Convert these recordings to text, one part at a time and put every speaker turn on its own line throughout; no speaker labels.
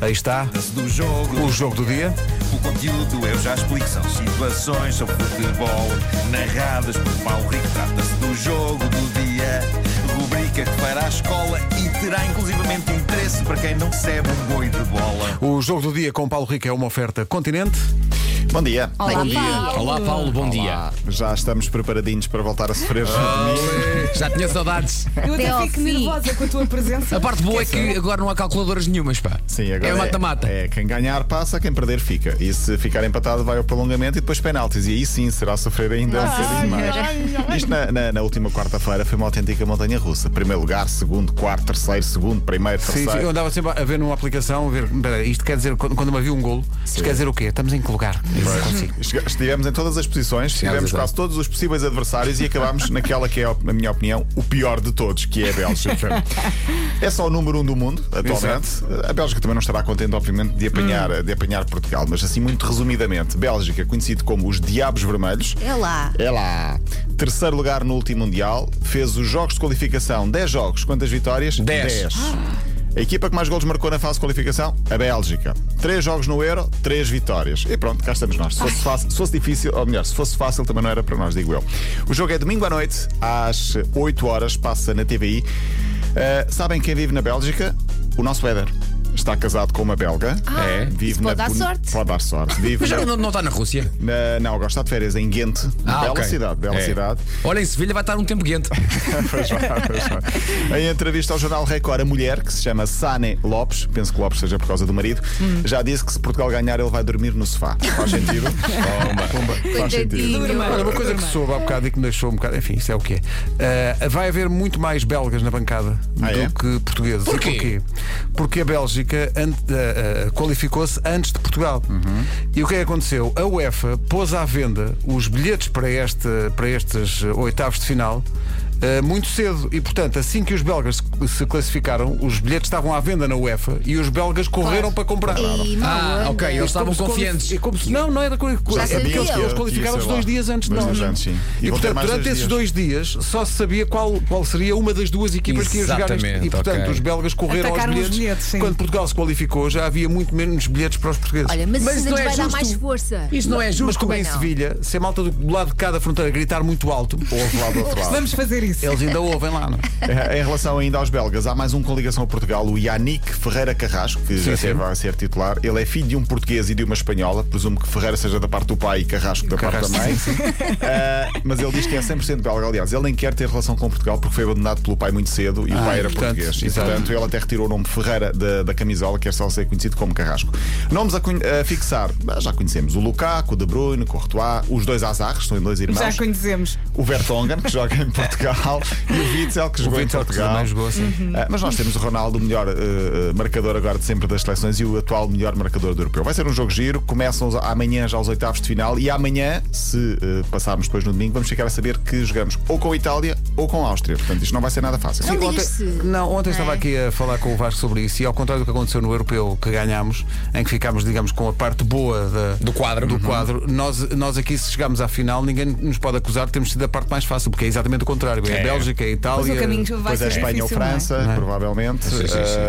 Aí está
do jogo.
o jogo do dia.
O conteúdo eu já explico. São situações sobre futebol narradas por Paulo Rico. Trata-se do jogo do dia. Rubrica que fará a escola e terá inclusivamente interesse para quem não recebe um boi de bola.
O jogo do dia com Paulo Rico é uma oferta continente.
Bom dia.
Olá,
Bom dia.
Paulo.
Olá, Paulo, bom dia.
Já estamos preparadinhos para voltar a sofrer junto de mim.
Já tinha saudades.
Até
Eu até
ao
fico
fim.
nervosa com a tua presença.
A parte boa é que agora não há calculadoras nenhumas, pá.
Sim, agora
é mata-mata.
É, quem ganhar passa, quem perder fica. E se ficar empatado vai ao prolongamento e depois penaltis. E aí sim será sofrer ainda um bocadinho mais. Isto na, na- na última quarta-feira foi uma autêntica montanha russa. Primeiro lugar, segundo, quarto, terceiro, segundo, primeiro,
Sim,
terceiro.
sim, eu andava sempre a ver numa aplicação, a ver, espera, isto quer dizer, quando quando me havia um golo, isto quer dizer o quê? Estamos em que lugar? Isso consigo.
Chega- Estivemos em todas as posições, tivemos
exato.
quase todos os possíveis adversários e acabámos naquela que é, na minha opinião, o pior de todos, que é a Bélgica. é só o número um do mundo, atualmente. A Bélgica também não estará contente, obviamente, de apanhar,
Hum.
de apanhar Portugal, mas assim, muito resumidamente, Bélgica, conhecido como os Diabos Vermelhos.
É lá.
É lá. Terceiro lugar no último Mundial. Fez os jogos de qualificação. 10 jogos. Quantas vitórias?
Dez.
10.
Ah.
A equipa que mais golos marcou na fase de qualificação? A Bélgica. Três jogos no Euro, três vitórias. E pronto, cá estamos nós. Se fosse, fácil, se fosse difícil, ou melhor, se fosse fácil também não era para nós, digo eu. O jogo é domingo à noite, às 8 horas, passa na TVI. Ah, sabem quem vive na Bélgica? O nosso Éder. Está casado com uma belga.
É.
Vive
Ah. isso pode dar
Pun-
sorte.
Pode dar sorte. Vive
Mas já
na-
não, não está na Rússia.
na- não, agora está de férias em Ghent.
Ah,
bela
ok.
cidade, bela
É.
cidade.
Olha, em Sevilha vai estar um tempo quente.
Pois vai, pois vai. Em entrevista ao jornal Record, a mulher, que se chama Sane Lopes, penso que Lopes seja por causa do marido, já disse que se Portugal ganhar, ele vai dormir no sofá. Faz sentido? Toma. Faz sentido.
Coitadinho.
Olha, uma coisa é? que soube há bocado e que me deixou um bocado, enfim, isso é o que é. Ah, vai haver muito mais belgas na bancada
Ah,
do
é?
que portugueses. E
Porquê?
Porque a Bélgica ante- ah, ah, qualificou-se antes de Portugal. E o que é que aconteceu? A UEFA pôs à venda os bilhetes para, este, para estes oitavos de final. ah, muito cedo e portanto assim que os belgas se- se classificaram os bilhetes estavam à venda na UEFA e os belgas correram para comprar
E mau
Ah,
ano.
ok, eles
como
estavam
se quali-
confiantes.
é como se- não, não era. co- co- É porque
sabiam
eles,
que ia-
eles
que ia
qualificaram-se
ser é lá.
dois dias antes de
Dois
nós.
dias antes, sim. E
E,
vão ter
portanto,
mais
durante
dois
esses
dias.
dois dias só se sabia qual, qual seria uma das duas equipas que ia jogar. neste- E
Exatamente,
portanto,
ok.
os belgas correram aos
Atacaram os
bilhetes.
bilhetes, sim.
Quando Portugal se qualificou, já havia muito menos bilhetes para os portugueses.
Olha, mas,
Mas
isso
não
ainda
é
vai dar
justo.
mais força.
Isto não é justo.
Mas como é em
bem não.
Sevilha, se a malta do- do lado de cada fronteira gritar muito alto,
Houve lá do outro lado.
Vamos fazer isso.
eles ainda ouvem lá, não é?
Eh, Em relação ainda aos belgas, há mais um com ligação a Portugal, o Yannick Ferreira Carrasco, que já
sim.
vai ser titular. Ele é filho de um português e de uma espanhola. Presumo que Ferreira seja da parte do pai e Carrasco da
Carrasco,
parte da mãe. Eh, mas ele diz que é 100% belga. Aliás, ele nem quer ter relação com Portugal porque foi abandonado pelo pai muito cedo e o pai era
Ah, portanto,
português. E,
exato.
portanto, ele até retirou o nome Ferreira da, da camisola, quer só ser conhecido como Carrasco. Nomes a, conhe- a fixar, ah, já conhecemos o Lukaku, o De Bruyne, o Courtois, os dois Azarres, são dois irmãos
Já conhecemos.
o Vertonghen, que joga em Portugal, e o Witzel, que jogou em
Witzel, que
Portugal.
também jogou, sim.
Ah, mas nós temos o Ronaldo, o melhor eh, eh, marcador agora de sempre das seleções e o atual melhor marcador do europeu. Vai ser um jogo giro, começam os- amanhã já os oitavos de final e amanhã, se eh, passarmos depois no domingo, vamos ficar a saber que jogamos ou com a Itália ou com a Áustria. Portanto, isto não vai ser nada fácil.
Não
ontem,
digas-se.
não, ontem
Não
estava
é?
aqui a falar com o Vasco sobre isso e ao contrário do que aconteceu no europeu que ganhámos, em que ficámos, digamos, com a parte boa da-
Do quadro.
do
Uhum.
quadro, nós, nós aqui, se chegarmos à final, ninguém nos pode acusar de termos sido a parte mais fácil, porque é exatamente o contrário. É,
É.
a Bélgica, é a
Mas
Itália.
o caminho vai
Depois é
ser
Espanha ou
difícil, não é?
França, provavelmente.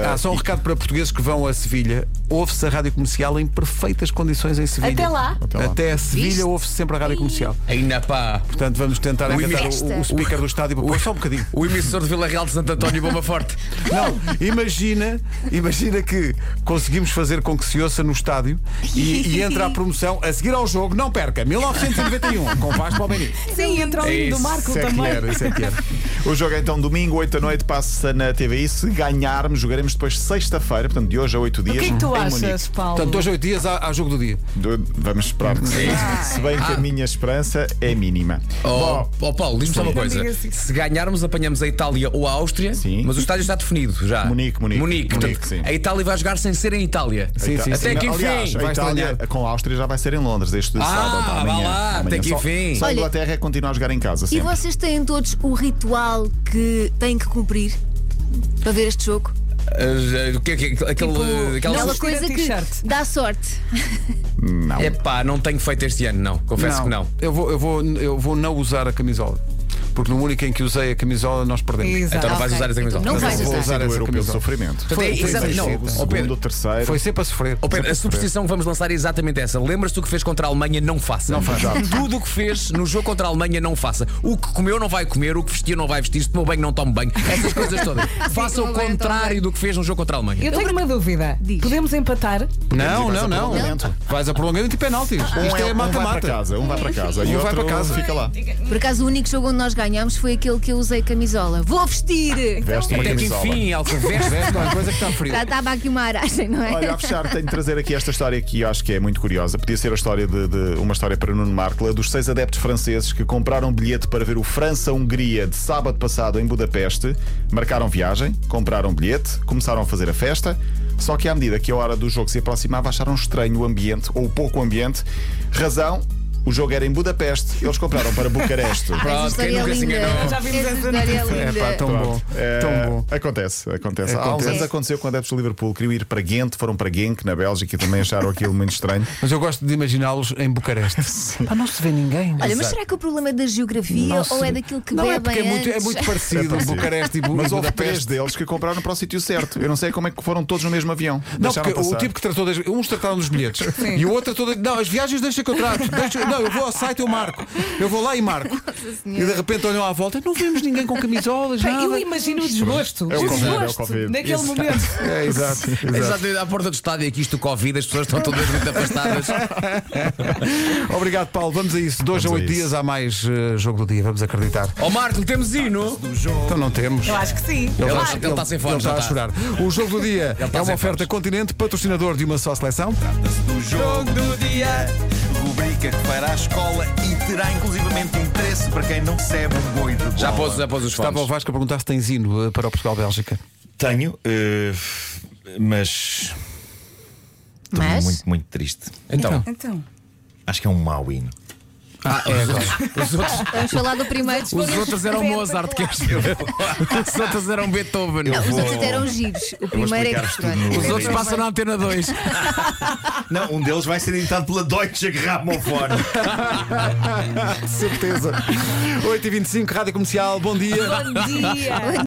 Ah,
Ah, só um recado para portugueses que vão a Sevilha. Ouve-se a rádio comercial em perfeitas condições em Sevilha.
Até lá.
Até lá.
Até a
Viste?
Sevilha ouve-se sempre a rádio comercial.
Ainda pá.
Portanto, vamos tentar
Ui,
engatar
festa.
o, o speaker do estádio para pôr só um bocadinho.
O emissor de Vila Real de Santo António Bomba Forte.
Não, imagina, imagina que conseguimos fazer com que se ouça no estádio e, e entra a promoção a seguir ao jogo, não perca, 1991, com Vasco Palmeiras.
Sim, entra o
É
lindo
isso,
do Marco
Isso é que
também.
era, isso é que era.
O jogo é então domingo, 8 da noite, passa na TVI. Se ganharmos, jogaremos depois sexta-feira, portanto, de hoje a 8
O
dias.
que é que tu
em Munique.
achas, Paulo?
Portanto, hoje oito dias há, há jogo do dia.
Do- Vamos esperar que sim.
Ah.
Se bem que a minha esperança é mínima.
Oh, oh, Paulo, diz-me só uma
Não
coisa.
digas isso.
Se ganharmos, apanhamos a Itália ou a Áustria,
Sim.
mas o estádio está definido já.
Munique, Munique.
Munique,
Munique,
portanto,
sim.
A Itália vai jogar sem ser em Itália.
Sim, sim,
Até
sim.
que
então, assim, Aliás,
enfim.
a
vai
Itália
estranhar.
com a Áustria já vai ser em Londres
Ah,
este sábado.
vá
Amanhã,
lá,
amanhã.
até que
Só-
enfim.
Só a
Olha-
Inglaterra é continuar a jogar em casa.
E
Sempre.
vocês têm todos o ritual que têm que cumprir para ver este jogo?
Ah, o que é que- aquele-
Tipo,
aquela
aquela
sustira
coisa que
t-shirt.
dá sorte.
Não.
É pá, não tenho feito este ano, não. Confesso que não.
Eu vou, eu, vou, eu vou não usar a camisola. porque no único em que usei a camisola nós perdemos.
Então não
Exato.
vais
Ok.
usar essa camisola.
Então não
Mas
vais
eu vou
usar.
usar
o
essa
europeu de
camisola.
sofrimento.
Portanto, é
Foi- foi
exato-
mais
não,
cedo,
ó,
Segundo,
Pedro,
terceiro.
Foi sempre a sofrer.
Oh,
ó, Pedro, a
Sempre sofrer.
superstição que vamos lançar é exatamente essa. Lembras-te do que fez contra a Alemanha? Não faça. Não faça. Tudo o que fez no jogo contra a Alemanha, não faça. O que comeu, não vai comer. O que vestiu, não vai vestir. Se tomou banho, não tome banho. Essas coisas todas. faça
tomou
o
banho, tome
contrário
banho.
do que fez no jogo contra a Alemanha.
Eu tenho uma dúvida.
Diz.
Podemos empatar?
Não,
Mas e
não,
vais a
não.
prolongamento?
Vais a prolongamento e penaltis. Isto
Um,
é
é, um vai para
mata-mata.
casa, um vai para casa e
Um vai
outro
para casa.
fica lá.
Por acaso, o único jogo onde nós ganhámos foi aquele que eu usei camisola. Vou vestir!
Veste uma
Até que
camisola.
enfim, Alcoveste.
Veste qualquer coisa que está frio.
Já estava aqui uma aragem, não é?
Olha, a fechar, tenho de trazer aqui esta história que eu acho que é muito curiosa. Podia ser a história de, de- uma história para Nuno Markle, dos seis adeptos franceses que compraram bilhete para ver o França-Hungria de sábado passado em Budapeste, marcaram viagem, compraram bilhete, começaram a fazer a festa. Só que à medida que a hora do jogo se aproximava, acharam estranho o ambiente, ou pouco ambiente. Razão, o jogo era em Budapeste, eles compraram para Bucareste.
Pronto,
Essa
quem
história é
nunca se
linda.
enganou?
Já vimos
Essa
essa
história é
É
linda.
pá, tão bom.
É,
Tão bom.
Acontece, acontece. Há uns
Acontece.
anos aconteceu com adeptos de Liverpool, queriam ir para Ghent, foram para Genk, na Bélgica, e também acharam aquilo muito estranho.
Mas eu gosto de imaginá-los em Bucareste. Ah, não se vê ninguém.
Olha, mas será que o problema é da geografia
Não
ou
se-
é daquilo que
Não,
bebem
é porque é muito, é
antes?
muito parecido
parecido.
Bucareste e Bu-
Mas
e
houve três
Budapeste.
deles que compraram para o sítio certo. Eu não sei como é que foram todos no mesmo avião.
Não,
Deixaram
porque o
passar.
tipo que tratou das, uns trataram dos bilhetes e o outro tratou das, Não, as viagens deixa que eu trato. Deixa- não, eu vou ao site, eu marco. Eu vou lá e marco. E de repente olham à volta, não vemos ninguém com camisolas,
Bem, Eu
nada.
imagino o desgosto.
É o
o
Covid, é o
desgosto
Covid.
naquele
Exato.
momento.
É, exato. exato.
Exatamente, à porta do estádio aqui isto do Covid, as pessoas estão todas muito afastadas.
Obrigado, Paulo. Vamos a isso. Dois a
Vamos a
oito
isso.
dias há mais eh, jogo do dia, vamos acreditar.
Ó Marco, temos hino.
do jogo.
Então não temos.
Eu acho que sim.
Ele
vai-
tá- ele tá sem fones,
Ele
já
está a
tá.
chorar. O jogo do dia
Ele tá
é uma
sem
oferta
fones.
continente, patrocinador de uma só seleção.
Trata-se do jogo do dia. Rubrica que fará a escola e terá inclusivamente interesse para quem não recebe um boi de bola.
Já pôs, já pôs os
Estava o
fones.
Vasco a perguntar se tens hino eh, para o Portugal-Bélgica.
Tenho, eh, mas. estou
Mas?
Muito, muito triste.
Então,
Então,
Acho que é um mau hino.
ah, os, outros, os, outros,
Vamos falar do primeiro.
os outros eram Mozart que é escreveu. Os outros eram um Beethoven.
Não, os
vou-
outros eram giros. O primeiro é que
explicar-vos tudo
escolhe.
no-
Os outros passam na antena 2.
Não, um deles vai ser editado pela Deutsche Grammophon.
Certeza. 8h25, Rádio Comercial, bom dia.
bom dia.